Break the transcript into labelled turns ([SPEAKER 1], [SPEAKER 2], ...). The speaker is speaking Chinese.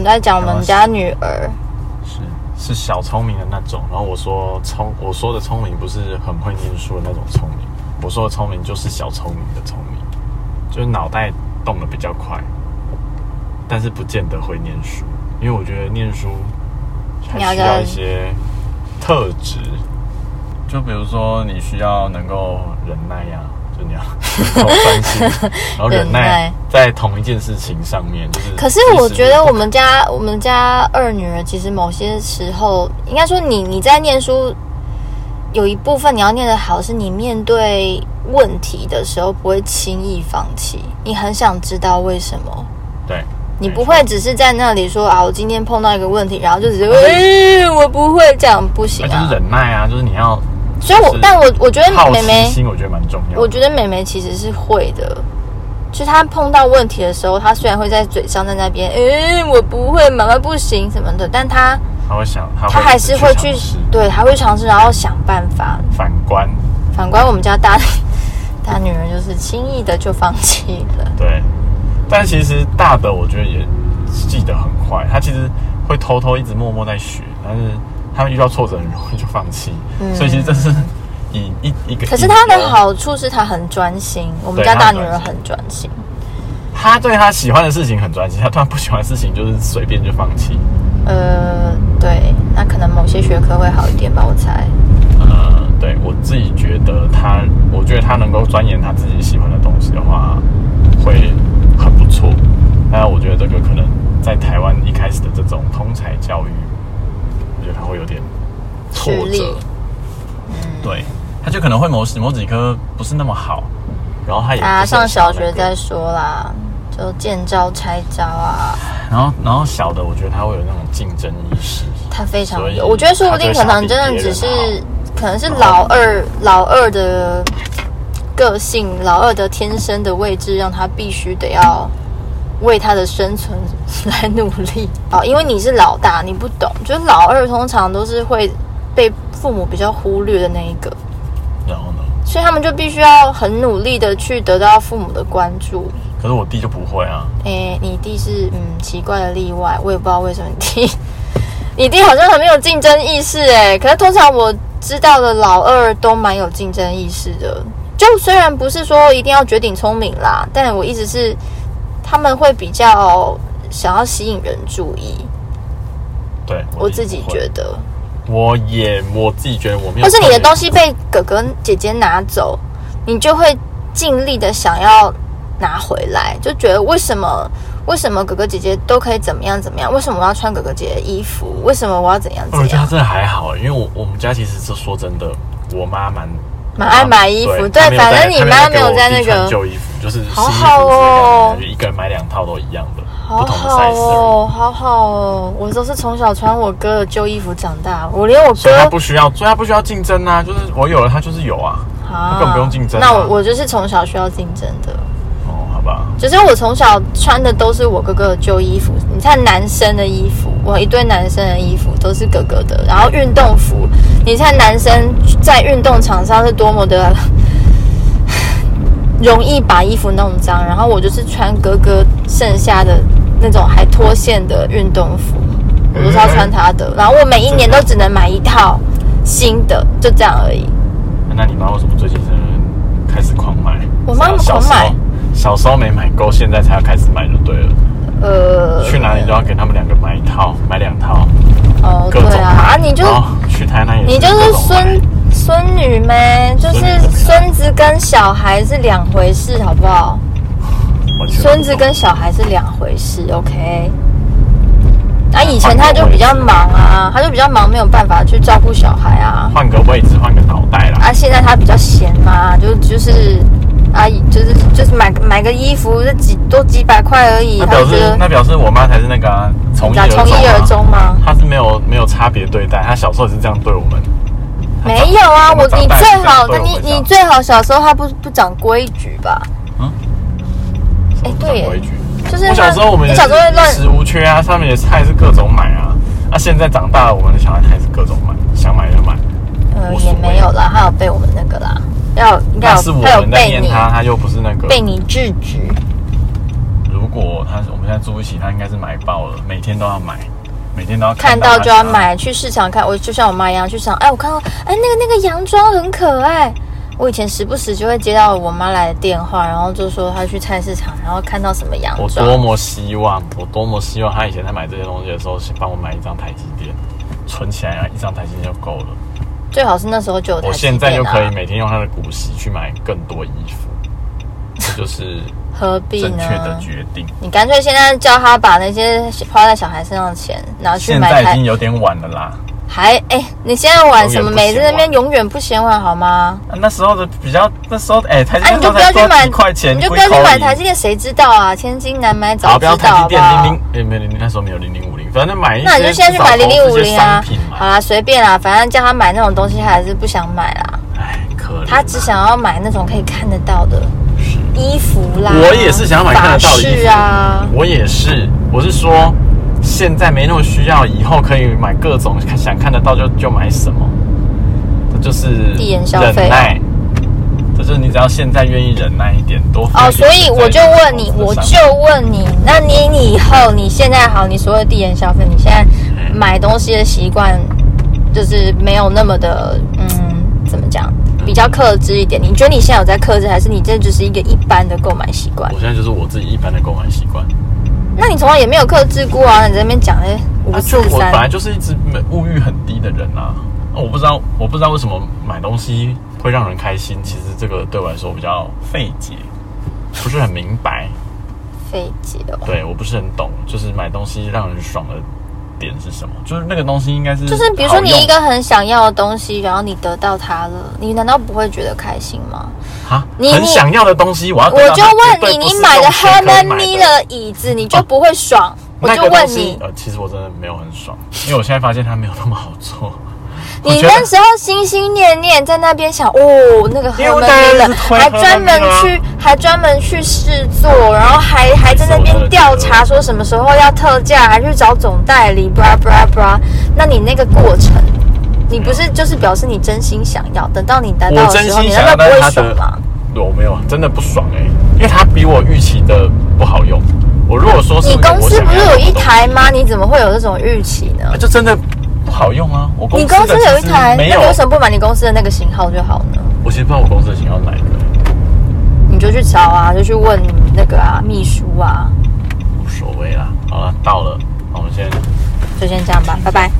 [SPEAKER 1] 你在讲我们家女儿，
[SPEAKER 2] 是是小聪明的那种。然后我说聪，我说的聪明不是很会念书的那种聪明，我说的聪明就是小聪明的聪明，就是脑袋动得比较快，但是不见得会念书，因为我觉得念书还
[SPEAKER 1] 你要
[SPEAKER 2] 需要
[SPEAKER 1] 跟
[SPEAKER 2] 一些特质，就比如说你需要能够忍耐呀、就你要能够专 心，然后忍
[SPEAKER 1] 忍
[SPEAKER 2] 耐
[SPEAKER 1] 耐
[SPEAKER 2] 在同一件事情上面，就是
[SPEAKER 1] 可是
[SPEAKER 2] 即使
[SPEAKER 1] 我觉得
[SPEAKER 2] 你
[SPEAKER 1] 我们家我们家二女儿其实某些时候，应该说你你在念书，有一部分你要念得好，是你面对问题的时候不会轻易放弃，你很想知道为什么。
[SPEAKER 2] 对，
[SPEAKER 1] 你
[SPEAKER 2] 没
[SPEAKER 1] 不
[SPEAKER 2] 错
[SPEAKER 1] 会只是在那里说啊，我今天碰到一个问题，然后就只是哎、我不会这样，不行
[SPEAKER 2] 那就是
[SPEAKER 1] 啊。
[SPEAKER 2] 忍耐啊，就是你要
[SPEAKER 1] 所以我，
[SPEAKER 2] 就是
[SPEAKER 1] 但我我觉得
[SPEAKER 2] 好
[SPEAKER 1] 妹
[SPEAKER 2] 奇
[SPEAKER 1] 妹，
[SPEAKER 2] 心，我觉得蛮重要的。
[SPEAKER 1] 我觉得妹妹其实是会的，就是她碰到问题的时候，她虽然会在嘴上在那边，哎，我不会，妈妈不行什么的，但她
[SPEAKER 2] 他会想，他
[SPEAKER 1] 她还是会去
[SPEAKER 2] 去尝试
[SPEAKER 1] 对，她会尝试，然后想办法。
[SPEAKER 2] 反观，
[SPEAKER 1] 反观我们家大 大女儿，就是轻易的就放弃了。
[SPEAKER 2] 对。但其实大的我觉得也记得很快，他其实会偷偷一直默默在学，但是他们遇到挫折很 容易就放弃，
[SPEAKER 1] 嗯
[SPEAKER 2] 所以其实这是以一一个。
[SPEAKER 1] 可是她的，好处是她很专心，我们
[SPEAKER 2] 对
[SPEAKER 1] 家
[SPEAKER 2] 她
[SPEAKER 1] 大
[SPEAKER 2] 很
[SPEAKER 1] 女
[SPEAKER 2] 专
[SPEAKER 1] 儿
[SPEAKER 2] 心
[SPEAKER 1] 很专心。
[SPEAKER 2] 他对他喜欢的事情很专心，他突然不喜欢的事情就是随便就放弃。
[SPEAKER 1] 呃，对，那可能某些学科会好一点吧，我猜。
[SPEAKER 2] 呃，对我自己觉得他，我觉得他能够钻研他自己喜欢的东西的话，会很不错。那我觉得这个可能在台湾一开始的这种通才教育，我觉得他会有点挫
[SPEAKER 1] 吃力嗯
[SPEAKER 2] 折。嗯对，他就可能会某某几科不是那么好，然后他也不是
[SPEAKER 1] 啊，
[SPEAKER 2] 很
[SPEAKER 1] 上
[SPEAKER 2] 想
[SPEAKER 1] 小
[SPEAKER 2] 要
[SPEAKER 1] 学
[SPEAKER 2] 那个
[SPEAKER 1] 再说啦，就见招拆招啊，
[SPEAKER 2] 然后然后小的，我觉得他会有那种竞争意识。
[SPEAKER 1] 他非常
[SPEAKER 2] 所以，
[SPEAKER 1] 我觉得说不定可能真的只是，可能是老二老二的个性，老二的天生的位置，让他必须得要为他的生存来努力哦， 因为你是老大，你不懂，就是老二通常都是会被父母比较忽略的那一个。
[SPEAKER 2] 然后呢？
[SPEAKER 1] 所以他们就必须要很努力的去得到父母的关注。
[SPEAKER 2] 可是我弟就不会啊，
[SPEAKER 1] 诶，你弟是嗯奇怪的例外，我也不知道为什么你弟， 你弟好像很没有竞争意识诶。可是通常我知道的老二都蛮有竞争意识的，就虽然不是说一定要绝顶聪明啦，但我意思是他们会比较想要吸引人注意，
[SPEAKER 2] 对
[SPEAKER 1] 我
[SPEAKER 2] 弟
[SPEAKER 1] 自己
[SPEAKER 2] 不会
[SPEAKER 1] 觉得。
[SPEAKER 2] 我也我自己觉得我没有，
[SPEAKER 1] 或是你的东西被哥哥姐姐拿走，你就会尽力的想要拿回来，就觉得为什么为什么哥哥姐姐都可以怎么样怎么样，为什么我要穿哥哥姐姐的衣服，为什么我要怎样
[SPEAKER 2] 我
[SPEAKER 1] 怎
[SPEAKER 2] 家
[SPEAKER 1] 样，
[SPEAKER 2] 哦真的还好，因为我我们家其实是说真的，我妈蛮
[SPEAKER 1] 蛮爱买衣服对
[SPEAKER 2] 她没有
[SPEAKER 1] 反正
[SPEAKER 2] 在
[SPEAKER 1] 你
[SPEAKER 2] 她
[SPEAKER 1] 妈
[SPEAKER 2] 没有
[SPEAKER 1] 没有在
[SPEAKER 2] 给我
[SPEAKER 1] 那
[SPEAKER 2] 弟穿
[SPEAKER 1] 个
[SPEAKER 2] 旧衣服，就是
[SPEAKER 1] 好
[SPEAKER 2] 新衣服
[SPEAKER 1] 好哦
[SPEAKER 2] 之类的一个人买两套都一样的，
[SPEAKER 1] 好
[SPEAKER 2] 不同的
[SPEAKER 1] 好
[SPEAKER 2] size 而已。
[SPEAKER 1] 哦，好好哦，我都是从小穿我哥的旧衣服长大，我连我
[SPEAKER 2] 所以她
[SPEAKER 1] 哥
[SPEAKER 2] 不需要，所以她不需要竞争啊，就是我有了，她就是有啊。
[SPEAKER 1] 啊
[SPEAKER 2] 根本不用竞争啊
[SPEAKER 1] 那我我就是从小需要竞争的。
[SPEAKER 2] 哦，好吧，
[SPEAKER 1] 就是我从小穿的都是我哥哥的旧衣服，你看男生的衣服，我一堆男生的衣服都是哥哥的，然后运动服，你看男生在运动场上是多么的 容易把衣服弄脏，然后我就是穿哥哥剩下的那种还脱线的运动服，我都是要穿他的，然后我每一年都只能买一套新的，就这样而已。
[SPEAKER 2] 那你妈为什么最近是开始狂买？
[SPEAKER 1] 我妈
[SPEAKER 2] 小
[SPEAKER 1] 狂买
[SPEAKER 2] 时候，小时候没买够，现在才要开始买就对了。
[SPEAKER 1] 呃，
[SPEAKER 2] 去哪里都要给他们两个买一套，买两套，
[SPEAKER 1] 哦，
[SPEAKER 2] 各
[SPEAKER 1] 对
[SPEAKER 2] 种
[SPEAKER 1] 啊，
[SPEAKER 2] 买
[SPEAKER 1] 啊你就
[SPEAKER 2] 然后去台南也
[SPEAKER 1] 你就
[SPEAKER 2] 各
[SPEAKER 1] 是
[SPEAKER 2] 种买
[SPEAKER 1] 孙孙女呗，就是孙子跟小孩是两回事，好不好？
[SPEAKER 2] 我觉得
[SPEAKER 1] 孙子跟小孩是两回事，OK。那、以前他就比较忙啊，他就比较忙，没有办法去照顾小孩啊。
[SPEAKER 2] 换个位置，换个脑袋啦。
[SPEAKER 1] 啊，现在他比较闲嘛，就就是啊，就是就是买买个衣服，这几多几百块而已，
[SPEAKER 2] 那
[SPEAKER 1] 他
[SPEAKER 2] 表
[SPEAKER 1] 就觉
[SPEAKER 2] 示
[SPEAKER 1] 得
[SPEAKER 2] 那表示我妈才是那个啊从一
[SPEAKER 1] 打
[SPEAKER 2] 而
[SPEAKER 1] 从
[SPEAKER 2] 终
[SPEAKER 1] 一
[SPEAKER 2] 啊
[SPEAKER 1] 而终吗？
[SPEAKER 2] 她是没有没有差别对待，她小时候也是这样对我们。
[SPEAKER 1] 没有啊，我
[SPEAKER 2] 长
[SPEAKER 1] 你
[SPEAKER 2] 大
[SPEAKER 1] 最
[SPEAKER 2] 是这样
[SPEAKER 1] 好，
[SPEAKER 2] 对
[SPEAKER 1] 那
[SPEAKER 2] 我
[SPEAKER 1] 你
[SPEAKER 2] 们
[SPEAKER 1] 你
[SPEAKER 2] 的
[SPEAKER 1] 最好小时候他不不讲规矩吧？
[SPEAKER 2] 嗯，
[SPEAKER 1] 哎、对耶，
[SPEAKER 2] 规矩。
[SPEAKER 1] 就是
[SPEAKER 2] 我小时候我们
[SPEAKER 1] 你
[SPEAKER 2] 也
[SPEAKER 1] 小时候会
[SPEAKER 2] 是
[SPEAKER 1] 乱
[SPEAKER 2] 衣食无缺啊，他们也是还是各种买啊。那现在长大了，我们的小孩还是各种买，想买就买。
[SPEAKER 1] 呃
[SPEAKER 2] 无所
[SPEAKER 1] 也
[SPEAKER 2] 谓
[SPEAKER 1] 没有啦，他有被我们那个啦，要应该
[SPEAKER 2] 但
[SPEAKER 1] 有
[SPEAKER 2] 啊是我
[SPEAKER 1] 他有
[SPEAKER 2] 们在
[SPEAKER 1] 被
[SPEAKER 2] 念
[SPEAKER 1] 你
[SPEAKER 2] 他，他又不是那个。
[SPEAKER 1] 被你制止，
[SPEAKER 2] 如果他我们现在住一起，他应该是买爆了，每天都要买，每天都要
[SPEAKER 1] 看
[SPEAKER 2] 到
[SPEAKER 1] 到
[SPEAKER 2] 他
[SPEAKER 1] 就要
[SPEAKER 2] 想
[SPEAKER 1] 买，去市场看。我就像我妈一样去市场，哎，我看到哎那个那个洋装很可爱。我以前时不时就会接到我妈来的电话，然后就说她去菜市场，然后看到什么洋
[SPEAKER 2] 我
[SPEAKER 1] 装。
[SPEAKER 2] 多么希望，我多么希望他以前在买这些东西的时候，先帮我买一张台积电，存起来啊，一张台积电就够了。
[SPEAKER 1] 最好是那时候就有台
[SPEAKER 2] 我
[SPEAKER 1] 积电啊
[SPEAKER 2] 现在就可以每天用他的股息去买更多衣 服，这就是
[SPEAKER 1] 何必
[SPEAKER 2] 正
[SPEAKER 1] 呢
[SPEAKER 2] 确？的决定。
[SPEAKER 1] 啊你干脆现在叫他把那些花在小孩身上的钱拿啊去
[SPEAKER 2] 现
[SPEAKER 1] 买
[SPEAKER 2] 在已
[SPEAKER 1] 台
[SPEAKER 2] 经有点晚了啦，
[SPEAKER 1] 还哎、你现在玩什么？
[SPEAKER 2] 永远不
[SPEAKER 1] 每次那
[SPEAKER 2] 嫌
[SPEAKER 1] 边
[SPEAKER 2] 晚
[SPEAKER 1] 永远不嫌晚好吗？
[SPEAKER 2] 啊那时候的比较，那时候哎、台积
[SPEAKER 1] 啊，
[SPEAKER 2] 电
[SPEAKER 1] 你就
[SPEAKER 2] 那
[SPEAKER 1] 不要
[SPEAKER 2] 时候才
[SPEAKER 1] 去
[SPEAKER 2] 多
[SPEAKER 1] 买，
[SPEAKER 2] 几块钱，
[SPEAKER 1] 你就不
[SPEAKER 2] 龟
[SPEAKER 1] 要去
[SPEAKER 2] 头
[SPEAKER 1] 买
[SPEAKER 2] 梨
[SPEAKER 1] 台积电，谁知道啊？千金难买早
[SPEAKER 2] 好，
[SPEAKER 1] 知道，
[SPEAKER 2] 不要台积电
[SPEAKER 1] 好
[SPEAKER 2] 零
[SPEAKER 1] 不好
[SPEAKER 2] 零，哎、没有零零，那时候没有零零五零，反正买一些
[SPEAKER 1] 那你就现在去买
[SPEAKER 2] 至
[SPEAKER 1] 零
[SPEAKER 2] 少
[SPEAKER 1] 零五
[SPEAKER 2] 投资一些
[SPEAKER 1] 零啊
[SPEAKER 2] 商品！
[SPEAKER 1] 好
[SPEAKER 2] 嘛。
[SPEAKER 1] 啦，随便啦，反正叫他买那种东西，他还是不想买啦。
[SPEAKER 2] 哎，可怜啊
[SPEAKER 1] 他只想要买那种可以看得到的
[SPEAKER 2] 是
[SPEAKER 1] 衣服啦。
[SPEAKER 2] 我也是想要买看得到的衣
[SPEAKER 1] 啊法式啊。
[SPEAKER 2] 服我也是，我是说现在没那么需要，以后可以买各种想看得到就就买什么，这就是
[SPEAKER 1] 递延消费啊
[SPEAKER 2] 忍耐。这就是你只要现在愿意忍耐一点，多
[SPEAKER 1] 哦，所以我就问你，我
[SPEAKER 2] 就
[SPEAKER 1] 就问你，那你你以后你现在好，你所有递延消费，你现在
[SPEAKER 2] 嗯
[SPEAKER 1] 买东西的习惯就是没有那么的，嗯，怎么讲，比较克制一点。你觉得你现在有在克制，还是你这只是一个一般的购买习惯？
[SPEAKER 2] 我现在就是我自己一般的购买习惯，
[SPEAKER 1] 那你从来也没有克制过啊！你在那边讲哎，五
[SPEAKER 2] 啊就
[SPEAKER 1] 四
[SPEAKER 2] 我本
[SPEAKER 1] 三，
[SPEAKER 2] 来就是一直没物欲很低的人啊，我不知道我不知道为什么买东西会让人开心，其实这个对我来说比较费解，不是很明白。
[SPEAKER 1] 费解哦。
[SPEAKER 2] 对，我不是很懂，就是买东西让人爽的点是什么？就是那个东西应该是
[SPEAKER 1] 就是比如说你
[SPEAKER 2] 好用
[SPEAKER 1] 一个很想要的东西，然后你得到它了，你难道不会觉得开心吗？
[SPEAKER 2] 啊，
[SPEAKER 1] 你
[SPEAKER 2] 很
[SPEAKER 1] 你
[SPEAKER 2] 想要的东西，我要
[SPEAKER 1] 我
[SPEAKER 2] 得到
[SPEAKER 1] 就
[SPEAKER 2] 它绝
[SPEAKER 1] 问
[SPEAKER 2] 对
[SPEAKER 1] 你，
[SPEAKER 2] 不
[SPEAKER 1] 你
[SPEAKER 2] 是
[SPEAKER 1] 买
[SPEAKER 2] 用
[SPEAKER 1] 了
[SPEAKER 2] 钱
[SPEAKER 1] h
[SPEAKER 2] 可
[SPEAKER 1] e
[SPEAKER 2] 以
[SPEAKER 1] m a m
[SPEAKER 2] 买的
[SPEAKER 1] i 的椅子，你就不会爽？我
[SPEAKER 2] 那
[SPEAKER 1] 就
[SPEAKER 2] 个东
[SPEAKER 1] 问
[SPEAKER 2] 西
[SPEAKER 1] 你，
[SPEAKER 2] 呃，其实我真的没有很爽，因为我现在发现它没有那么好做。我
[SPEAKER 1] 你
[SPEAKER 2] 觉得
[SPEAKER 1] 那时候心心念念在那边想，哦，那个 h
[SPEAKER 2] 因
[SPEAKER 1] e m
[SPEAKER 2] 为我
[SPEAKER 1] a
[SPEAKER 2] 当
[SPEAKER 1] m i
[SPEAKER 2] 然
[SPEAKER 1] 的
[SPEAKER 2] 是，推
[SPEAKER 1] 还
[SPEAKER 2] Herman
[SPEAKER 1] 专门
[SPEAKER 2] 啊
[SPEAKER 1] 去，还专门去试做，然后还还在那
[SPEAKER 2] 我真
[SPEAKER 1] 边
[SPEAKER 2] 的
[SPEAKER 1] 调
[SPEAKER 2] 觉得
[SPEAKER 1] 查说什么时候要特价，还去找总代理，bra bra bra。那你那个过程，你不是就是表示你真心想要，等到你达到
[SPEAKER 2] 我
[SPEAKER 1] 的
[SPEAKER 2] 真
[SPEAKER 1] 时候，
[SPEAKER 2] 心
[SPEAKER 1] 你
[SPEAKER 2] 想
[SPEAKER 1] 难
[SPEAKER 2] 要，
[SPEAKER 1] 道
[SPEAKER 2] 但
[SPEAKER 1] 不
[SPEAKER 2] 是它
[SPEAKER 1] 会爽吗
[SPEAKER 2] 的？我没有，真的不爽哎、因为它比我预期的不好用。我如果说是
[SPEAKER 1] 你
[SPEAKER 2] 那个
[SPEAKER 1] 公
[SPEAKER 2] 我
[SPEAKER 1] 司
[SPEAKER 2] 想
[SPEAKER 1] 不是
[SPEAKER 2] 要
[SPEAKER 1] 有
[SPEAKER 2] 的
[SPEAKER 1] 一
[SPEAKER 2] 东西
[SPEAKER 1] 台吗？你怎么会有这种预期呢
[SPEAKER 2] 啊？就真的不好用啊！我公
[SPEAKER 1] 你
[SPEAKER 2] 司
[SPEAKER 1] 公司
[SPEAKER 2] 的
[SPEAKER 1] 有一
[SPEAKER 2] 其实
[SPEAKER 1] 台，
[SPEAKER 2] 没
[SPEAKER 1] 那
[SPEAKER 2] 有
[SPEAKER 1] 你为，什么不买你公司的那个型号就好呢？
[SPEAKER 2] 我其实不知道我公司的型号是哪一个、欸
[SPEAKER 1] 你就去找啊，就去问那个啊秘书啊，
[SPEAKER 2] 无所谓啦。好了，到了，那我们先
[SPEAKER 1] 就先这样吧，拜拜。